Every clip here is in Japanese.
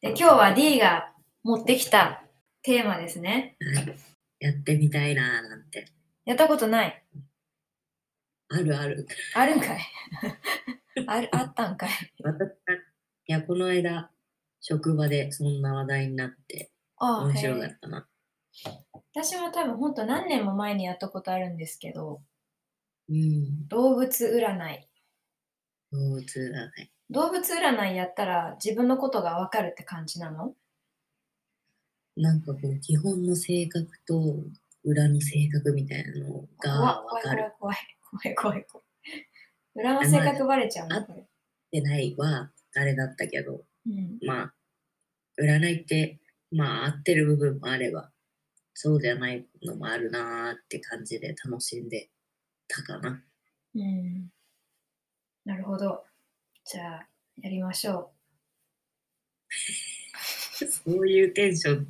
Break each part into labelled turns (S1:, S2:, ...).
S1: で、今日は D が持ってきたテーマですね。
S2: やってみたいなーなんて。
S1: やったことない。
S2: あるある。
S1: あるんかい あるあったんかい。
S2: 私が、いや、この間、職場でそんな話題になって、
S1: あ
S2: 面白か
S1: へえ
S2: ったな。
S1: 私も多分ほんと何年も前にやったことあるんですけど、
S2: うん。
S1: 動物占い。
S2: 動物だね。
S1: 動物占いやったら自分のことがわかるって感じなの
S2: なんかこう、基本の性格と裏の性格みたいなのがわ
S1: 怖い
S2: か
S1: 怖
S2: るっ
S1: い怖い怖い怖い怖い。裏の性格バレちゃう
S2: あ
S1: のこれ。
S2: てないは、あれだったけど、
S1: うん。
S2: まあ、占いって、まあ、合ってる部分もあれば、そうじゃないのもあるなーって感じで楽しんでたか な。
S1: うん。なるほど。じゃあ、やりましょ
S2: そういうテンション。
S1: う。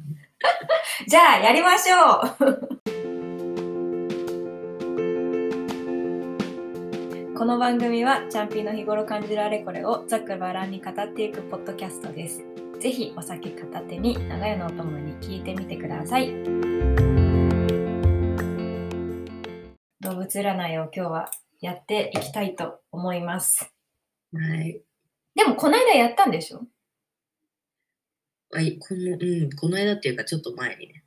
S1: じゃあ、やりましょう この番組は、チャンピーの日頃感じるあれこれをざっくばらんに語っていくポッドキャストです。ぜひ、お酒片手に、長夜のお供に聞いてみてください。動物占いを今日はやっていきたいと思います。
S2: はい。
S1: でも、この間やったんでしょ
S2: あいこの、うん、この間っていうかちょっと前にね。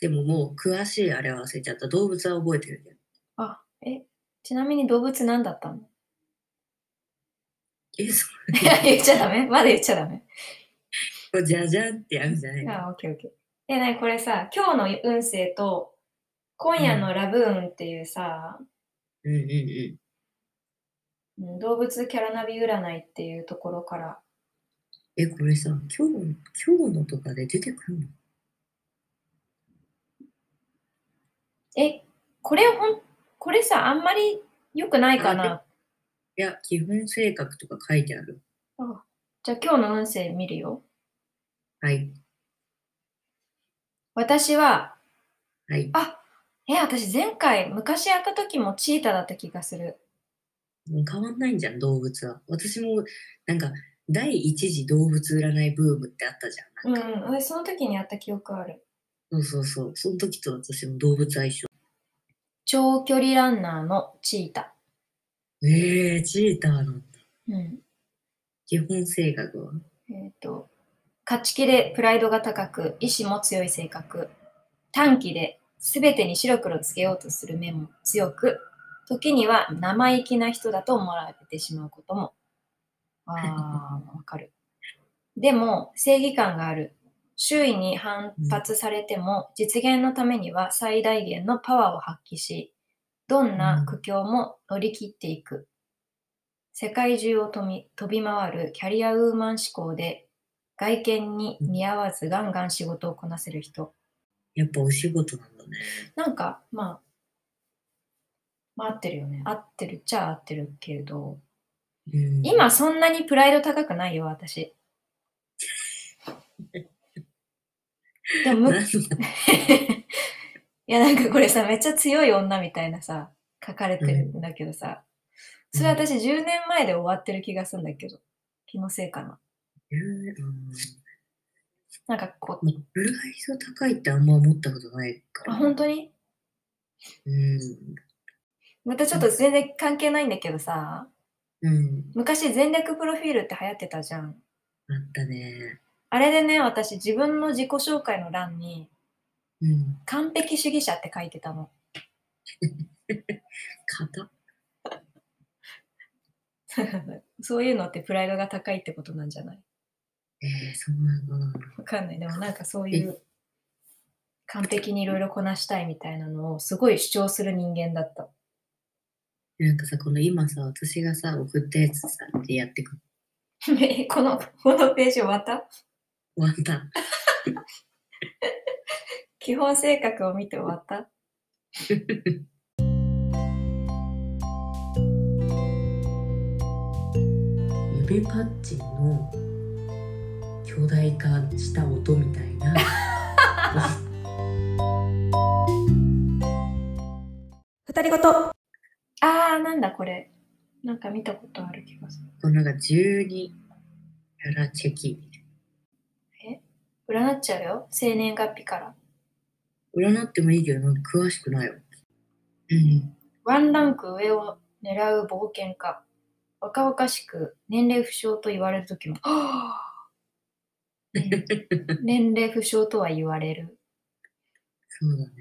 S2: でももう詳しいあれは忘れちゃった。動物は覚えてるけど。
S1: あ、え、ちなみに動物何だったの
S2: え、そ
S1: 言っちゃダメまだ言っちゃダメ。
S2: こじゃじゃんってやるんじゃないの
S1: あ、オッケーオッケー。え、なにこれさ、今日の運勢と、今夜のラブ運っていうさ、
S2: うんうんう
S1: うん動物キャラナビ占いっていうところから、
S2: ん。え、これさ、今日、今日のとかで出てくるの
S1: え、これほん、これさ、あんまり良くないかな。
S2: いや、基本性格とか書いてある。
S1: じゃあ今日の運勢見るよ。
S2: はい。
S1: 私は、
S2: はい。
S1: あ、え、私前回昔やった時もチーターだった気がする。
S2: もう変わんないんじゃん、動物は。私も、なんか、第一次動物占いブームってあったじゃ。
S1: うんん
S2: なんか、
S1: うん、俺その時にやった記憶ある。
S2: そうそうそう。その時と私も動物相性。
S1: 長距離ランナーのチータ。
S2: えー、チーターの
S1: うん。
S2: 基本性格は
S1: えっ、と、勝ち気でプライドが高く、意志も強い性格。短期で全てに白黒つけようとする面も強く、時には生意気な人だと思われてしまうことも。あ あ、わかる。でも、正義感がある。周囲に反発されても、実現のためには最大限のパワーを発揮し、どんな苦境も乗り切っていく。世界中を飛び飛び回るキャリアウーマン志向で外見に似合わずガンガン仕事をこなせる人
S2: やっぱお仕事なんだね。
S1: なんかまあまあ合ってるよね合ってるっちゃ合ってるけど
S2: うん、
S1: 今そんなにプライド高くないよ私で もむ
S2: なんだ
S1: いやなんかこれさめっちゃ強い女みたいなさ書かれてるんだけどさ、それ私10年前で終わってる気がするんだけど気のせいかな
S2: うん
S1: なんかこう
S2: まあプライド高いってあんま思ったことないから。
S1: あ本当に
S2: うん。
S1: またちょっと全然関係ないんだけどさ、
S2: うん。
S1: 昔全略プロフィールって流行ってたじゃん。
S2: あったね。
S1: あれでね、私自分の自己紹介の欄に
S2: うん。
S1: 完璧主義者って書いてたの。
S2: 型
S1: そういうのってプライドが高いってことなんじゃない
S2: えー、そうなのかな。
S1: わかんない。でもなんかそういう完璧にいろいろこなしたいみたいなのをすごい主張する人間だった。
S2: なんかさ、この今さ、私がさ、送ったやつさ、でやってく
S1: えこの、このページ終わった
S2: 終わった。
S1: 基本性格を見て終わった
S2: 指パッチンの巨大化した音みたいな。
S3: 二人ごと。
S1: あー、なんだこれ。なんか見たことある気がする。
S2: このなんか12キャラチェキ。
S1: 占っちゃうよ。生年月日から。
S2: 占ってもいいけど、なんか詳しくないわ。うん。
S1: ワンランク上を狙う冒険家。若々しく年齢不詳と言われる時も、うん年齢不詳とは言われる。
S2: そうだね。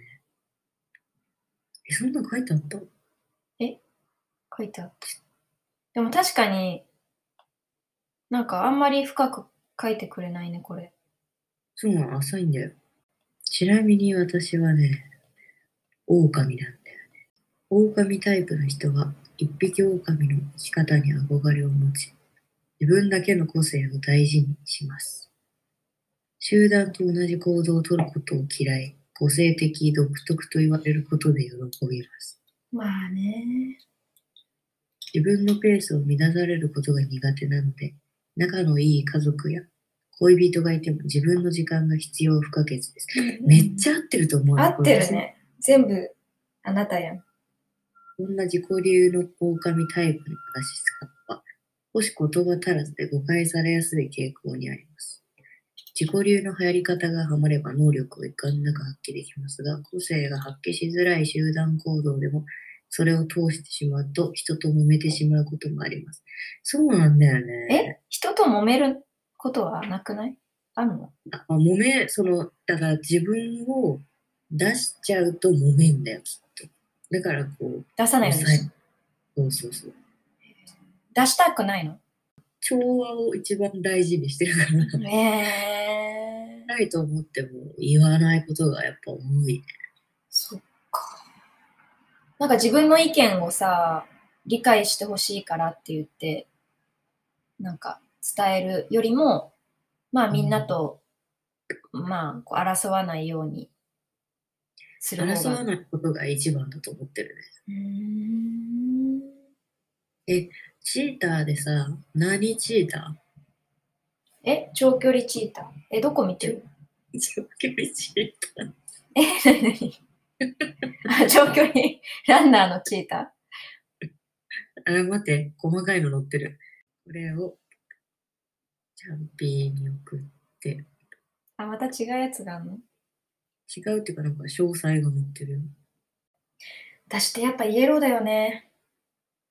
S2: え、そんなん書いてあった
S1: 書いてあった。でも確かになんかあんまり深く書いてくれないね、これ。
S2: そうなの、浅いんだよ。ちなみに私はね、狼なんだよね。狼タイプの人は、一匹狼の生き方に憧れを持ち、自分だけの個性を大事にします。集団と同じ行動をとることを嫌い、個性的、独特と言われることで喜びます。
S1: まあね。
S2: 自分のペースを乱されることが苦手なので、仲のいい家族や恋人がいても自分の時間が必要不可欠です。めっちゃ合ってると思うよ。
S1: 合ってるね。全部あなたやん。
S2: こんな自己流の狼タイプの話し方は、少し言葉足らずで誤解されやすい傾向にあります。自己流の流行り方がハマれば能力をいかんなく発揮できますが、個性が発揮しづらい集団行動でも、それを通してしまうと人と揉めてしまうこともあります。そうなんだよね。
S1: え人と揉めることはなくないあるの
S2: あまあ揉め、その、だから自分を出しちゃうと揉めんだよ、きっと。だからこう、
S1: 出さないようにし
S2: そうそうそう。
S1: 出したくないの
S2: 調和を一番大事にしてるから。
S1: えー、
S2: ないと思っても言わないことがやっぱ多いね。
S1: そっか。なんか自分の意見をさ、理解してほしいからって言って、なんか伝えるよりも、まあみんなと、まあこう争わないようにする方
S2: 争わ
S1: が。
S2: ないことが一番だと思ってるね。
S1: うーん
S2: チーターでさ、何チー タ
S1: え、長距離チーター。え、どこ見てる
S2: ー長距離チーター。
S1: え、何あ長距離ランナーのチーター
S2: あ、待って、細かいの載ってる。これを、チャンピーに送って、
S1: あ、また違うやつがあるの
S2: 違うっていうかなんか詳細が載ってるよ。
S1: 私ってやっぱイエローだよね。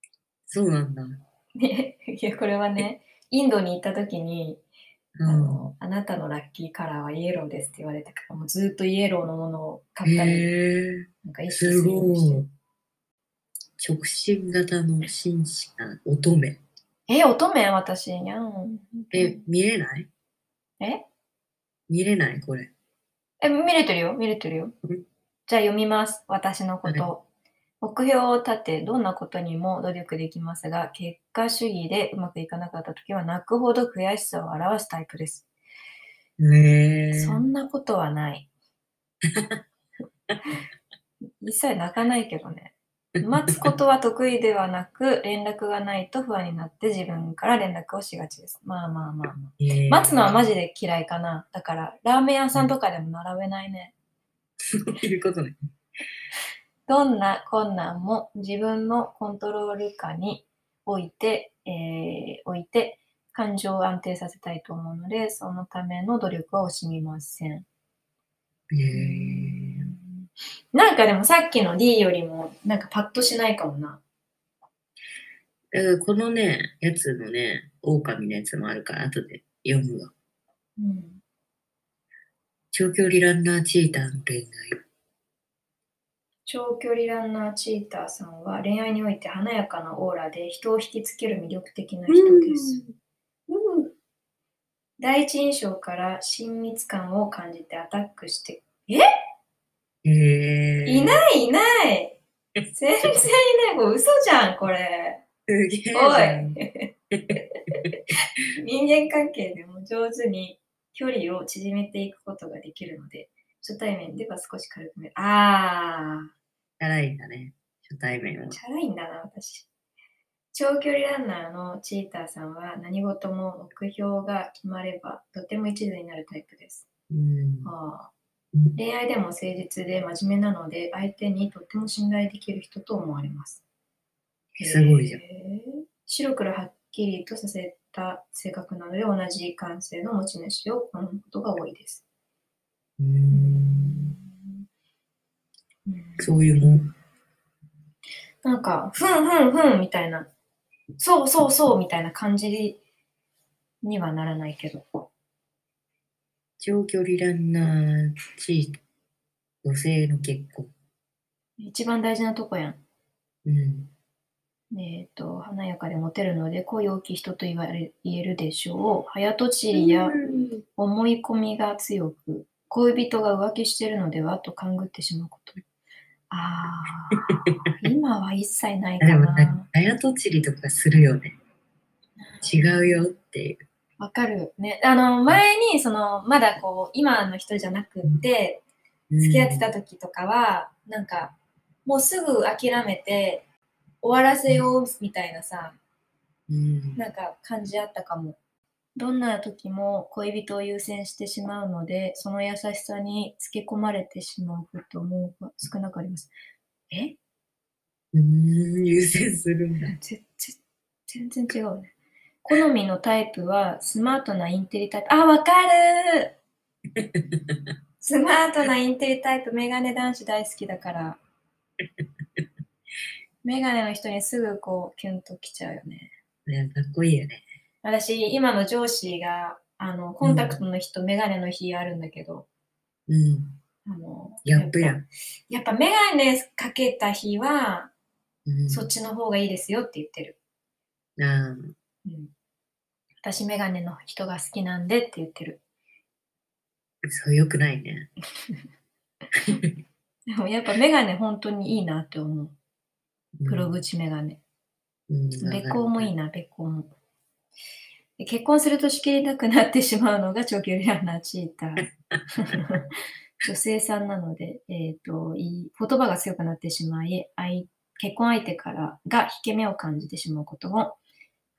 S2: そうなんだ。
S1: ねいや、これはね、インドに行った時に、
S2: う
S1: あ
S2: ん。
S1: の、あなたのラッキーカラーはイエローですって言われたから、もうずっとイエローのものを買ったり、
S2: へえ
S1: なんか意識
S2: ー、
S1: す
S2: す
S1: るようにして
S2: ごい。直進型の紳士な乙女。
S1: え、乙女私にゃん。
S2: え、見れない
S1: え
S2: 見れないこれ。
S1: え、見れてるよ、見れてるよ
S2: うん。
S1: じゃあ読みます、私のこ
S2: は
S1: と。目標を立て、どんなことにも努力できますが、結果主義でうまくいかなかった時は泣くほど悔しさを表すタイプです。
S2: ねえ。
S1: そんなことは ない。一切泣かないけど ね。待つことは得意ではなく、連絡がないと不安になって自分から連絡をしがちです。まあまあまあまあ。
S2: えー
S1: 待つのはマジで嫌いかな。だから、ラーメン屋さんとかでも並べないね。
S2: そういうことね。
S1: どんな困難も自分のコントロール下に置いて、えー置いて、感情を安定させたいと思うので、そのための努力は惜しみません。
S2: えー、
S1: なんかでもさっきの D よりもなんかパッとしないかもな。
S2: だからこのね、やつのね、狼のやつもあるから、後で読むわ。
S1: うん、
S2: 長距離ランナーチーターの恋愛。
S1: 長距離ランナーチーターさんは恋愛において華やかなオーラで人を引きつける魅力的な人です。第一印象から親密感を感じてアタックして、
S2: えー、
S1: いないいない全然いないこれ嘘じゃんこれ。
S2: すげえじ
S1: お
S2: ゃ
S1: い
S2: ん。
S1: 人間関係でも上手に距離を縮めていくことができるので、初対面では少し軽くめ。あ
S2: チャラいんだね。初対面は
S1: ー、。チャラいんだな、私。長距離ランナーのチーターさんは何事も目標が決まればとても一途になるタイプです。
S2: うん。
S1: あー恋愛でも誠実で真面目なので相手にとっても信頼できる人と思われます。
S2: すごいじゃん
S1: へー白黒はっきりとさせた性格なので同じ感性の持ち主を好むことが多いです。
S2: うーん
S1: うん
S2: そういうもん。
S1: なんか、ふんふんふんみたいな、そうそうそうみたいな感じにはならないけど。
S2: 長距離ランナー地位、女性の結婚。
S1: 一番大事なとこやん。
S2: うん。
S1: えっ、と、華やかでモテるので、恋多き人と言われ言えるでしょう。早とちりや
S2: うん
S1: 思い込みが強く、恋人が浮気してるのではと勘ぐってしまうこと。ああ、 今は一切ないか
S2: でもなんか
S1: な。、
S2: あやとちりとかするよね。違うよっていう。
S1: わかるね。あの、前に、その、まだこう、今の人じゃなくって、
S2: うん
S1: 付き合ってた時とかは、なんかもうすぐ諦めて終わらせようみたいなさ
S2: うん。
S1: なんか感じあったかもどんな時も恋人を優先してしまうのでその優しさにつけ込まれてしまうことも少なくありますえ
S2: うん、優先するんだ。
S1: 全然全然違うね好みのタイプはスマートなインテリタイプあわかるスマートなインテリタイプメガネ男子大好きだからメガネの人にすぐこうキュンときちゃうよね
S2: ねかっこいいよね。
S1: 私今の上司があのコンタクトの人、メガネの日あるんだけど
S2: うん。
S1: あの
S2: やっぱや
S1: やっぱやっぱメガネかけた日は
S2: うん。
S1: そっちの方がいいですよって言ってる
S2: あー
S1: うん私メガネの人が好きなんでって言ってる。
S2: そう、よくないね。
S1: でもやっぱメガネ本当にいいなって思う。
S2: うん
S1: 黒縁メガネ。
S2: うん。
S1: べこうもいいな、べこうも。で結婚するとしきりなくなってしまうのが長距離ランナーチーター。 女性さんなので、えっといい言葉が強くなってしまい相結婚相手からが引け目を感じてしまうことも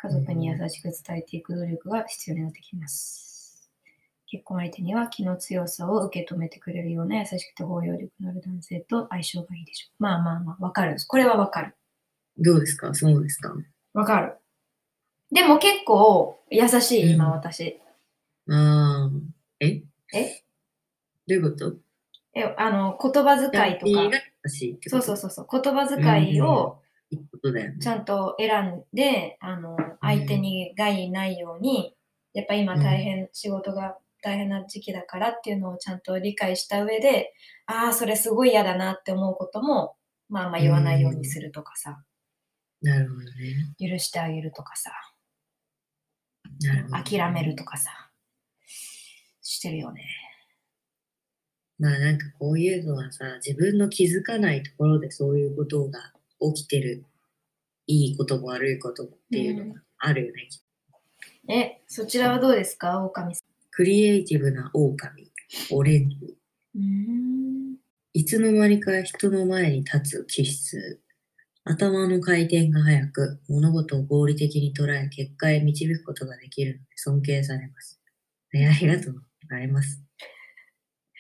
S1: 家族に優しく伝えていく努力が必要になってきます。結婚相手には気の強さを受け止めてくれるような優しくて包容力のある男性と相性がいいでしょう。まあまあまあ、わかる。これはわかる。
S2: どうですかそうですか
S1: わかる。でも結構優しい、
S2: う
S1: 今
S2: ん
S1: 私。
S2: ああ。え
S1: え
S2: どういうこと
S1: え、あの、言葉遣いと
S2: いい
S1: か。
S2: が優しいってこ
S1: そう
S2: と
S1: そうそうそう。言葉遣いを
S2: いいことだよね。
S1: ちゃんと選んで、あの、相手に害ないように、やっぱ今大変、仕事が大変な時期だからっていうのをちゃんと理解した上で、ああ、それすごい嫌だなって思うことも、まああんま言わないようにするとかさ、
S2: なるほどね。
S1: 許してあげるとかさ、
S2: なるほど。
S1: 諦めるとかさ、してるよね。
S2: まあなんかこういうのはさ、自分の気づかないところでそういうことが起きてる。いいことも悪いこともっていうのがあるよね。
S1: え、そちらはどうですか、狼さ
S2: クリエイティブな狼、オレンジ。
S1: ん。うーん。
S2: いつの間にか人の前に立つ気質。頭の回転が速く、物事を合理的に捉え、結果へ導くことができるので尊敬されます。ね、ありがとうございます。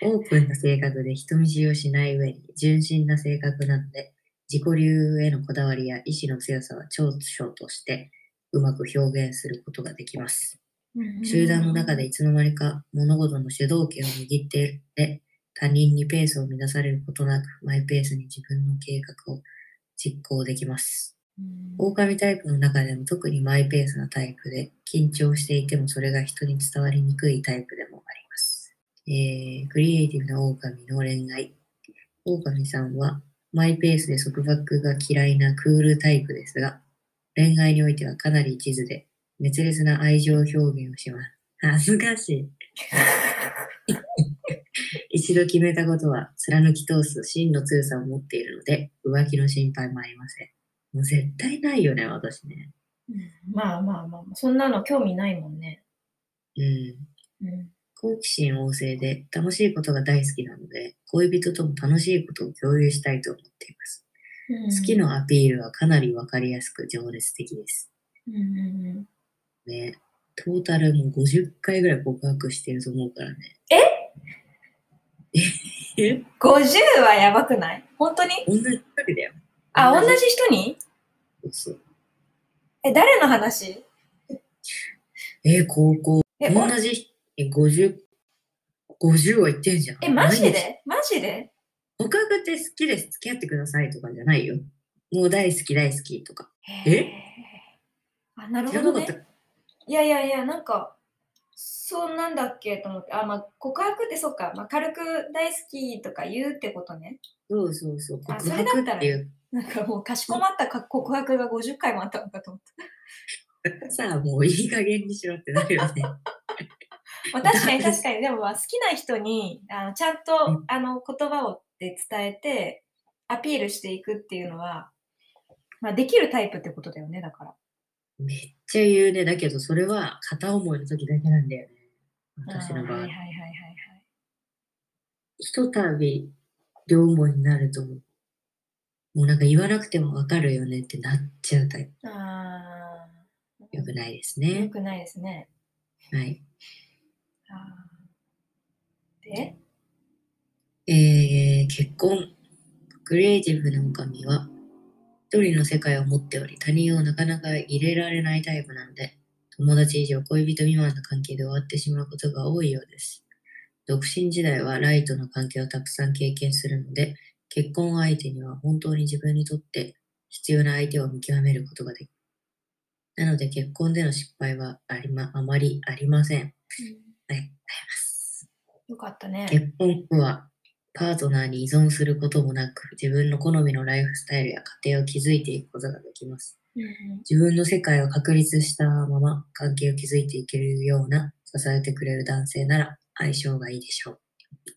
S2: オープンな性格で人見知りをしない上に、純真な性格なので、自己流へのこだわりや意志の強さは長所として、うまく表現することができます。集団の中でいつの間にか物事の主導権を握っているので、他人にペースを乱されることなく、マイペースに自分の計画を実行できます。
S1: うん、
S2: 狼タイプの中でも特にマイペースなタイプで、緊張していてもそれが人に伝わりにくいタイプでもあります。えー、クリエイティブな狼の恋愛。狼さんはマイペースで束縛が嫌いなクールタイプですが、恋愛においてはかなり一途で、熱烈な愛情表現をします。恥ずかしい。 一度決めたことは貫き通す真の強さを持っているので、浮気の心配もありません。もう絶対ないよね、私ね。
S1: うんまあまあまあ、そんなの興味ないもんね。
S2: うん。
S1: うん、
S2: 好奇心旺盛で楽しいことが大好きなので、恋人とも楽しいことを共有したいと思っています。好きのアピールはかなりわかりやすく情熱的です。
S1: うんうんうん、
S2: ね。トータルもう50回ぐらい告白してると思うからね。え
S1: 50はやばくない本当に
S2: 同じ一人だよ。
S1: あ、同じ人に
S2: そう
S1: え、誰の話
S2: えー、高校。
S1: え、
S2: 同
S1: お
S2: じ人に50 50は言ってんじゃん。
S1: え、マジ
S2: 毎日
S1: でマジで
S2: 告白って好きです、付き合ってくださいとかじゃないよ。もう大好き大好きとか。え
S1: へーあ、なる
S2: 知ら
S1: ほど
S2: なかった
S1: ね。。いやいやいや、なんか、そうなんだっけと思って、あ、まあ、告白ってそっか、まあ、軽く大好きとか言うってことね。
S2: そうそうそう。
S1: あ
S2: 告
S1: それだったら
S2: 白っていう。
S1: なんかもう、かしこまったか告白が50回もあったのかと思っ
S2: さあ、もういい加減にしろってなるよ ね。
S1: た。まあ、 確かに確かに、でもまあ好きな人に、あのちゃん
S2: う
S1: と、あの、言葉をで伝えて、アピールしていくっていうのは、まあ、できるタイプってことだよね、だから。
S2: めっちゃ言うね。だけど、それは片思いの時だけなんだよね。私の
S1: あー
S2: 場
S1: はいはいはいは
S2: 合。
S1: いはい。
S2: ひとたび両思いになると、もうなんか言わなくてもわかるよねってなっちゃうタイ
S1: あ
S2: プ。よくないです
S1: あ、よ
S2: ね。
S1: くないですね。
S2: はい。
S1: あーで、
S2: えー、結婚。クリエイティブな女将は、一人の世界を持っており、他人をなかなか入れられないタイプなので、友達以上恋人未満の関係で終わってしまうことが多いようです。独身時代はライトの関係をたくさん経験するので、結婚相手には本当に自分にとって必要な相手を見極めることができる。なので結婚での失敗はありま、あまりありません。ありがとうございます。
S1: よかったね。
S2: 結婚後はパートナーに依存することもなく自分の好みのライフスタイルや家庭を築いていくことができます。
S1: うんうん
S2: 自分の世界を確立したまま関係を築いていけるような支えてくれる男性なら相性がいいでしょ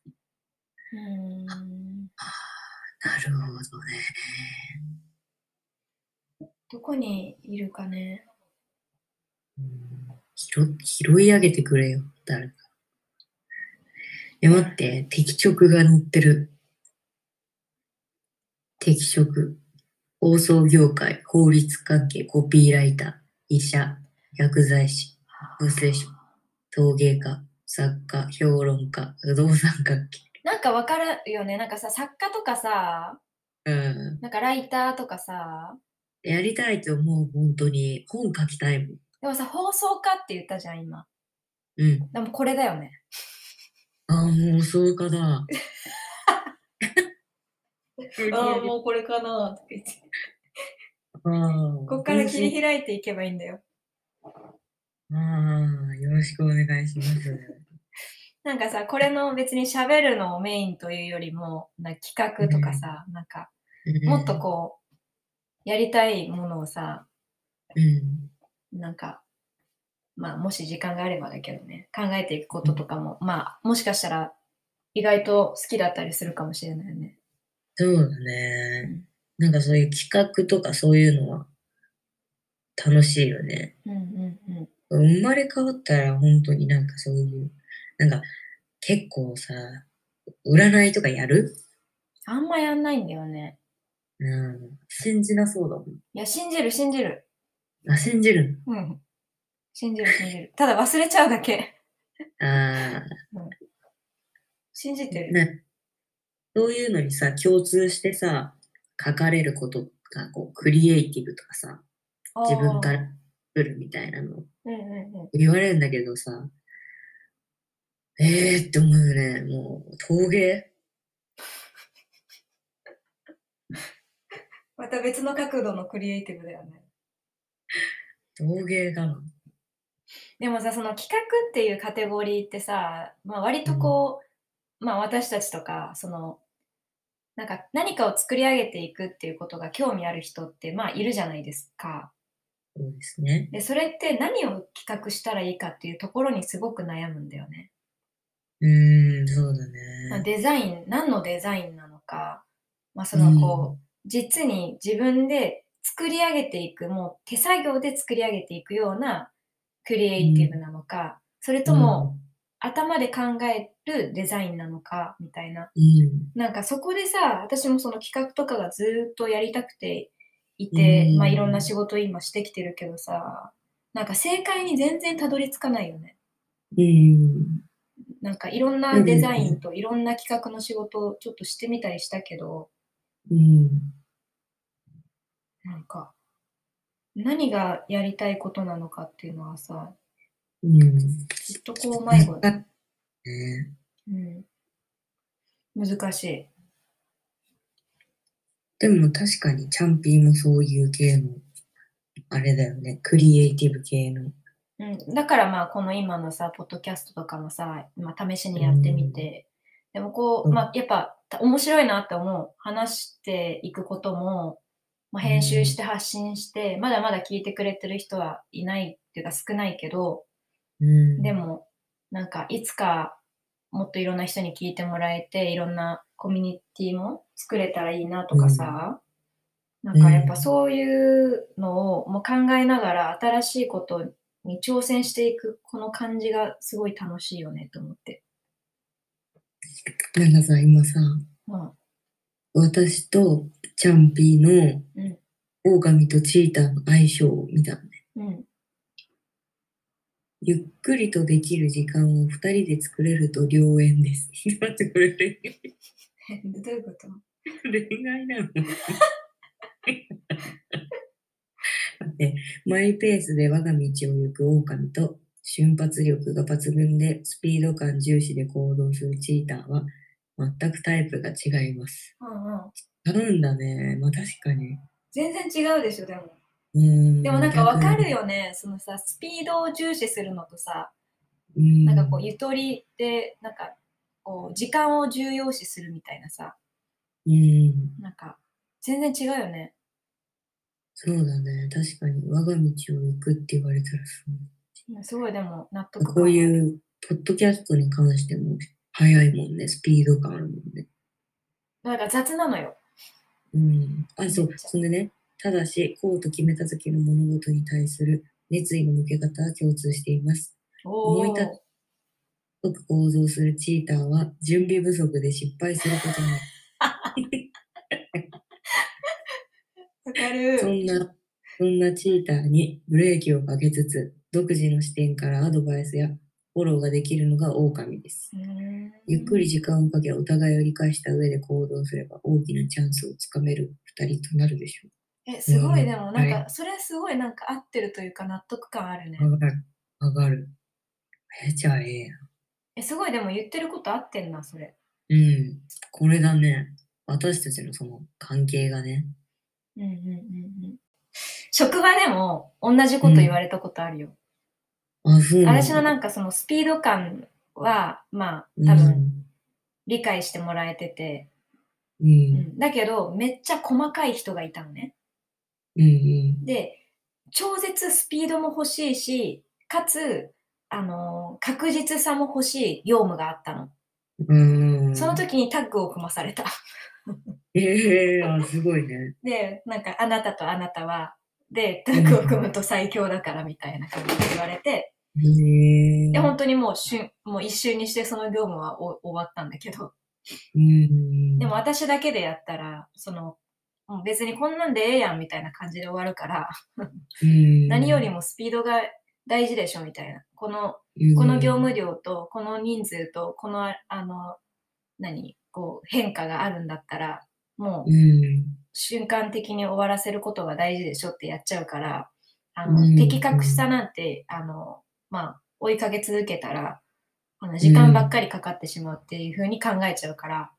S2: う。
S1: うーん
S2: なるほどね。
S1: どこにいるかね。
S2: うん拾拾い上げてくれよ、誰か。え、待って、敵直が載ってる。敵直。放送業界、法律関係、コピーライター、医者、薬剤師、行政書、陶芸家、作家、評論家、不動産関係。
S1: なんかわかるよね。なんかさ、作家とかさ、
S2: うん。
S1: なんかライターとかさ、
S2: やりたいと思う、本当に。本書きたいもん。
S1: でもさ、放送家って言ったじゃん、今。
S2: うん。
S1: でもこれだよね。
S2: ああ、もうそうかだ。
S1: ああ、もうこれかなとか言って。こ
S2: こ
S1: っから切り開いていけばいいんだよ。
S2: ああ、よろしくお願いします。
S1: なんかさ、これの別に喋るのをメインというよりも、な企画とかさ、なんか、 もっとこう、やりたいものをさ、
S2: うん。
S1: なんか、まあ、もし時間があればだけどね、考えていくこととかも、まあ、もしかしたら、意外と好きだったりするかもしれないよね。
S2: そうだね。なんかそういう企画とかそういうのは楽しいよね。
S1: うんうんうん。
S2: 生まれ変わったら本当になんかそういう、なんか結構さ、占いとかやる
S1: あんまやんないんだよね。
S2: うん。信じなそうだも
S1: いや、信じる、信じる。
S2: ん。あ、信じる
S1: うん。信じる、信じる。ただ忘れちゃうだ け。
S2: のああ、
S1: 信じてる。
S2: な、そういうのにさ、共通してさ、書かれることがこう、クリエイティブとかさ、自分か
S1: あー。
S2: ら来るみたいなの
S1: うんうんうん。
S2: 言われるんだけどさ、えーって思うよね。もう、陶芸
S1: また別の角度のクリエイティブだよね。
S2: 陶芸だな。
S1: でもさ、その企画っていうカテゴリーってさ、まあ、割とこう、まあ私たちとか、その、なんか何かを作り上げていくっていうことが興味ある人って、まあいるじゃないですか。
S2: そうですね。
S1: で、それって何を企画したらいいかっていうところにすごく悩むんだよね。
S2: うーん、そうだ
S1: まあ
S2: ね。
S1: デザイン、何のデザインなのか、まあそのこう、実に自分で作り上げていく、もう手作業で作り上げていくようなクリエイティブなのか、それとも、頭で考えるデザインなのかみたいな。
S2: うん、
S1: なんかそこでさ、私もその企画とかがずーっとやりたくていて、
S2: うん
S1: まあいろんな仕事を今してきてるけどさ、なんか正解に全然たどり着かないよね。
S2: うん。うん。
S1: なんかいろんなデザインといろんな企画の仕事をちょっとしてみたりしたけど、
S2: うん。
S1: なんか何がやりたいことなのかっていうのはさ、
S2: うん。
S1: ずっとこう迷子
S2: ね
S1: うん。難しい。
S2: でも確かにチャンピーもそういう系の、あれだよね、クリエイティブ系の。
S1: うん、だからまあこの今のさポッドキャストとかもさ、まあ、試しにやってみて、でもこう、
S2: うん
S1: まあ、やっぱた面白いなって思う話していくことも、まあ、編集して発信して、まだまだ聞いてくれてる人はいないっていうか少ないけど
S2: うん
S1: で、もなんかいつかもっといろんな人に聞いてもらえていろんなコミュニティも作れたらいいなとかさ、なんかやっぱそういうのをもう考えながら新しいことに挑戦していくこの感じがすごい楽しいよねと思って。
S2: なんかさ、今さ、
S1: うん、
S2: 私とチャンピーの
S1: うん、
S2: 狼とチーターの相性を見たのね。
S1: うん、
S2: ゆっくりとできる時間を二人で作れると良縁です。 待って、これ恋
S1: どういうこと
S2: 恋愛なの 待って、マイペースで我が道を行く狼と瞬発力が抜群でスピード感重視で行動するチーターは全くタイプが違います。
S1: うんうん、
S2: 合うんだね。まあ確かに。
S1: 全然違うでしょでも
S2: うーん
S1: でもなんかわかる
S2: よ。
S1: よねそのさスピードを重視するのとさ
S2: うん
S1: なんかこうゆとりでなんかこう時間を重要視するみたいなさ
S2: うん。
S1: なんか全然違うよね
S2: そうだね。確かに、我が道を行くって言われたらそう。
S1: うんすごいでも納得感
S2: こう
S1: う
S2: いう、ポッドキャストに関しても、早いもんね。スピード感あるもんね。
S1: なんか雑なのよ
S2: うん。あ、そう。そんでね、ただし、こうと決めた時の物事に対する熱意の向け方は共通しています。
S1: お
S2: 思い立
S1: ー
S2: つ即行動するチーターは、準備不足で失敗することも、
S1: わかる
S2: そんな、そんなチーターにブレーキをかけつつ、独自の視点からアドバイスやフォローができるのが狼です。
S1: うーん
S2: ゆっくり時間をかけ、お互いを理解した上で行動すれば大きなチャンスをつかめる二人となるでしょ
S1: えすご
S2: う
S1: い
S2: ん
S1: でもなん
S2: は
S1: かそれすごいなんか合ってるというか納得感あるね
S2: う。かる。わかる。え、じゃあええやん。
S1: えすごいでも言ってること合ってんなそれ
S2: うん。これだね。私たちのその関係がね。
S1: うんうんうんうん職場でも同じこと言われたことあるよ、
S2: あ、そうなんだ。
S1: 私のなんかそのスピード感はまあ多分
S2: 分。
S1: 理解してもらえてて、
S2: うん。う。
S1: うんんだけどめっちゃ細かい人がいたのね
S2: うん。
S1: で超絶スピードも欲しいしかつあのー確実さも欲しい業務があったの、
S2: うん。うん
S1: その。時にタッグを組まされた
S2: ええあ、すごいね。
S1: でなんかあなたとあなたはでタッグを組むと最強だからみたいな感じで言われて
S2: へえ
S1: で、本当にもう瞬、もう一瞬にしてその業務はお終わったんだけど、
S2: うん。
S1: でも、私だけでやったら、その、もう別にこんなんでええやんみたいな感じで終わるから、
S2: うん、
S1: 何よりもスピードが大事でしょみたいな。この、
S2: うん、
S1: この業務量と、この人数と、この、ああの、何、こう、変化があるんだったら、もう
S2: うん。
S1: 瞬間的に終わらせることが大事でしょってやっちゃうから、あの、
S2: うん
S1: 的確さなんて、あの、まあ、追いかけ続けたら、あの時間ばっかりかかってしまうっていうふうに考えちゃうから、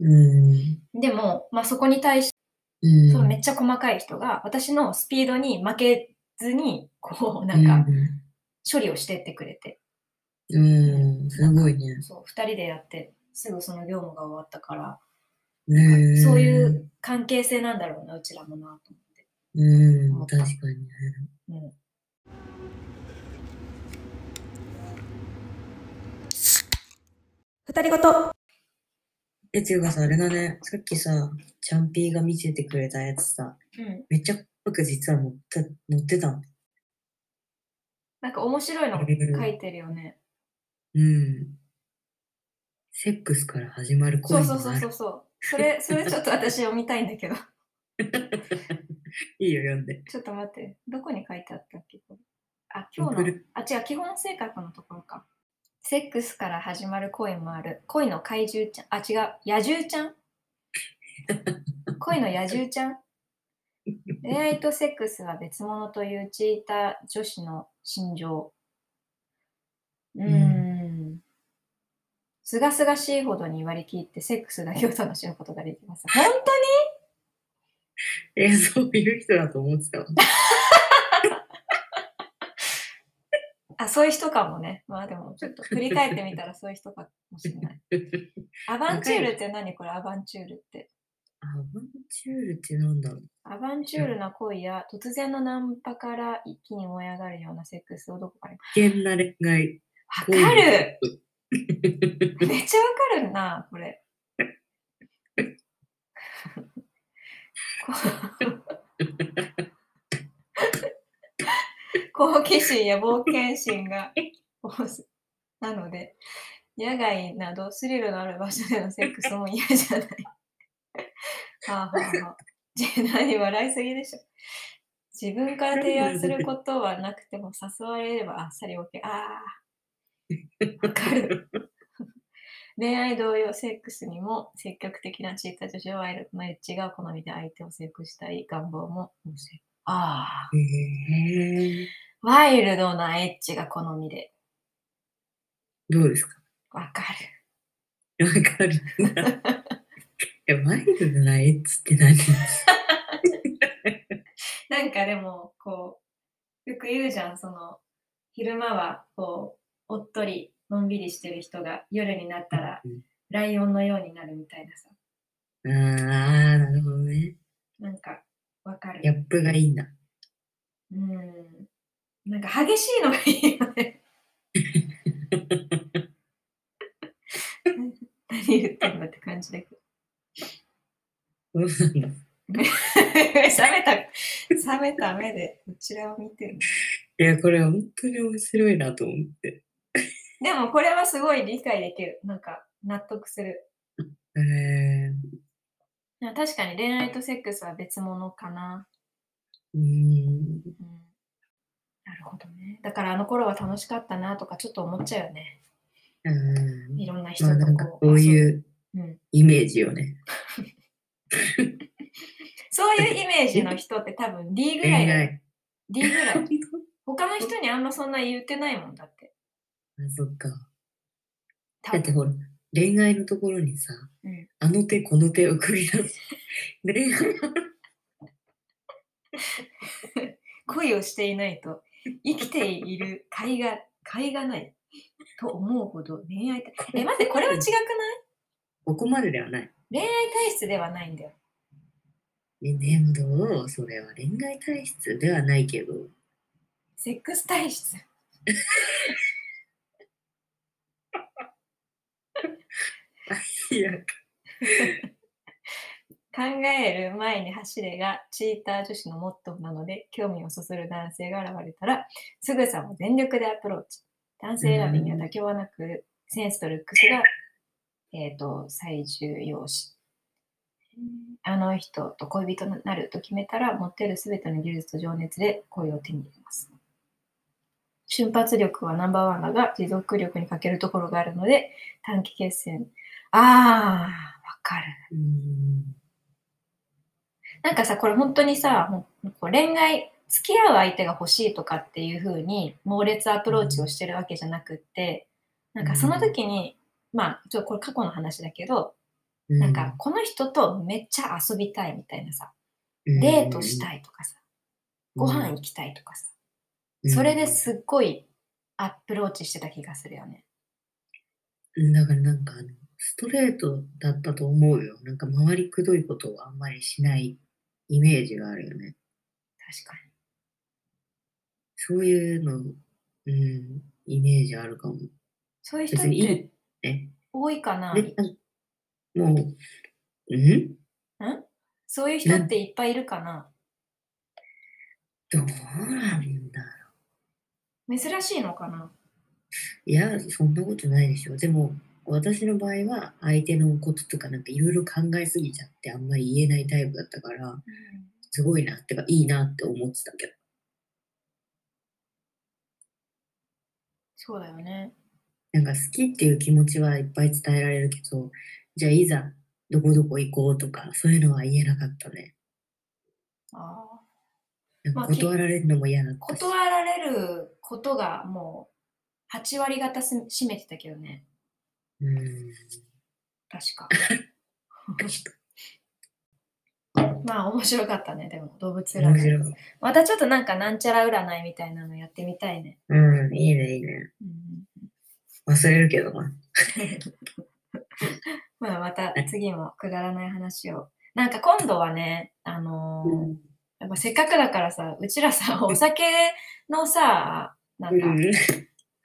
S2: うん。
S1: でも、まあ、そこに対して、
S2: うん。
S1: そのめっちゃ細かい人が、私のスピードに負けずに、こう、なんか、処理をしてってくれて、
S2: うん。うん。すごいね。
S1: そう、二人でやって、すぐその業務が終わったから、
S2: へえ
S1: そういう関係性なんだろうな、うちらもな、と思って。
S2: うん、確かにね。
S1: うん
S3: 二人ごと。
S2: え、ていうかさ、あれだね、さっきさ、チャンピーが見せてくれたやつさ、
S1: うん。
S2: めっちゃ僕実は持った持ってたの。
S1: なんか面白いの書いてるよね。
S2: うん。セックスから始まる
S1: そう
S2: 恋の
S1: そうそう
S2: あ
S1: そ
S2: る
S1: う。そう。それ、それちょっと私読みたいんだけど。
S2: いいよ、読んで。
S1: ちょっと待って。どこに書いてあったっけこれあ、今
S2: 送
S1: 日の
S2: る。
S1: あ、違う、基本性格のところか。セックスから始まる恋もある。恋の怪獣ちゃん。あ、違う。野獣ちゃん恋の野獣ちゃん恋愛とセックスは別物というチーター女子の心情。うーん。すがすがしいほどに割り切ってセックスだけを楽しむことができます。本当に
S2: え、そういう人だと思ってたわ。
S1: あ、そういう人かもね。まあでも、ちょっ と振り返ってみたらそういう人かもしれ ない。アバンチュールって何これアバンチュールって。
S2: アバンチュールってなんだろう
S1: アバンチュールな恋や突然のナンパから一気に燃え上がるようなセックスをどこかに。
S2: 危険な恋愛。
S1: わかる
S2: る
S1: めっちゃわかるな、これ。こ う 好奇心や冒険心が旺盛 なので、野外などスリルのある場所でのセックスも嫌じゃない。はあはあはあ。じ何笑いすぎでしょ。自分から提案することはなくても誘われればあっさり OK。ああ。わかる。恋愛同様、セックスにも積極的な知った女子はマッチが好みで相手をセックスしたい願望も旺盛ああ、
S2: へえ
S1: ワイルドなエッチが好みで。
S2: どうですか
S1: わか
S2: わか るな。いや、ワイルドなエッチって何
S1: る。なんかでも、こう、よく言うじゃん、その、昼間は、こう、おっとり、のんびりしてる人が、夜になったら、ライオンのようになるみたいなさ。
S2: あーあー、なるほどね。
S1: なんか、わかる。
S2: ギャップがいいな。
S1: うん。なんか、激しいのがいいよね。 何言ってんだって感じだけど。
S2: そうなんだ。
S1: 冷めた、冷めた目でこちらを見てる。
S2: いや、これ本当に面白いなと思って。
S1: でもこれはすごい理解できる。なんか納得する。
S2: えー、
S1: でも確かに恋愛とセックスは別物かな。
S2: うーん。
S1: うん、なるほどね。だからあの頃は楽しかったなとかちょっと思っちゃうよね。
S2: うーん
S1: いろんな人
S2: まあ、
S1: と
S2: なんか
S1: こう。
S2: そう
S1: う。
S2: いう
S1: うん、
S2: イメージよね。
S1: そういうイメージの人って多分 D ぐらい
S2: 恋
S1: だよ。
S2: 愛。
S1: D ぐら
S2: あ
S1: い。、他の人にあんまそんな言ってないもんだって。
S2: そっか。
S1: 多
S2: だって
S1: 分
S2: ほら、恋愛のところにさ、
S1: うん
S2: あの手この手を繰り 出す。恋愛
S1: 恋をしていないと生きている甲斐が、甲斐がないと思うほど恋愛って。え、待って、これは違くない
S2: ここまでではない。
S1: 恋愛体質ではないんだよ。
S2: ね、でもどうそれは恋愛体質ではないけど。
S1: セックス体質。
S2: いや、
S1: 考える前に走れがチーター女子のモットーなので、興味をそそる男性が現れたら、すぐさま全力でアプローチ。男性選びには妥協はなく、センスとルックスが、えっ、と、最重要視。あの人と恋人になると決めたら、持ってるすべての技術と情熱で恋を手に入れます。瞬発力はナンバーワンだが、持続力に欠けるところがあるので、短期決戦。あー、わかる。
S2: うーん。
S1: なんかさ、これ本当にさ、もうこう恋愛、付き合う相手が欲しいとかっていう風に猛烈アプローチをしてるわけじゃなくって、なんかその時に、まあ、ちょっとこれ過去の話だけど、なんかこの人とめっちゃ遊びたいみたいなさ、
S2: うん、
S1: デートしたいとかさ、ご飯行きたいとかさ、それですすっごいアプローチしてた気がするよね。
S2: だからなんかあのストレートだったと思うよ。なんか回りくどいことをあんまりしないイメージがあるよね。
S1: 確かに。
S2: そういうの、うん、イメージあるかも。
S1: そういう人っ
S2: 別にい
S1: て
S2: い。ね。
S1: 多いかな
S2: で、なんもう、うん
S1: そういう人っていっぱいいるかな
S2: どうなんだろう。
S1: 珍しいのかない
S2: や、そんなことないでしょ。でも、私の場合は相手のこととかなんかいろいろ考えすぎちゃってあんまり言えないタイプだったから、すごいなってか、いいなって思ってたけど。
S1: そうだよね。
S2: なんか好きっていう気持ちはいっぱい伝えられるけど、じゃあいざどこどこ行こうとか、そういうのは言えなかったね。
S1: ああ。
S2: なんか
S1: まあき
S2: 断られるのも嫌だったし。
S1: 断られることがもう8割方す占めてたけどね。
S2: うん。
S1: 確 か。まあ面白かったね、でも動物占
S2: 面
S1: い。
S2: 白い。
S1: またちょっとなんかなんちゃら占いみたいなのやってみたいね。
S2: うん、いいね、いいね。
S1: うん
S2: 忘れるけどな。
S1: まあまた次もくだらない話を。なんか今度はね、あのー
S2: うん。
S1: やっぱせっかくだからさ、うちらさ、お酒のさ、なんか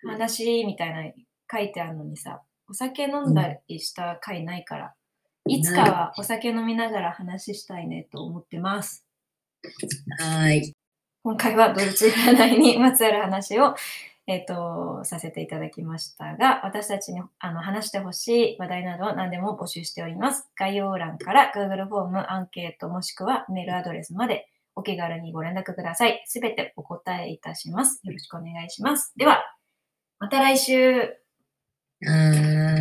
S1: 話みたいなの書いてあるのにさ、お酒飲んだりした回ないから、いつかはお酒飲みながら話したいねと思ってます。
S2: はーい。
S1: 今回はドイツ占いに まつわる話を、えっとさせていただきましたが、私たちにあの話してほしい話題などを何でも募集しております。概要欄から Google フォーム、アンケートもしくはメールアドレスまでお気軽にご連絡ください。すべてお答えいたします。よろしくお願いします。では、また来週。
S2: はーい。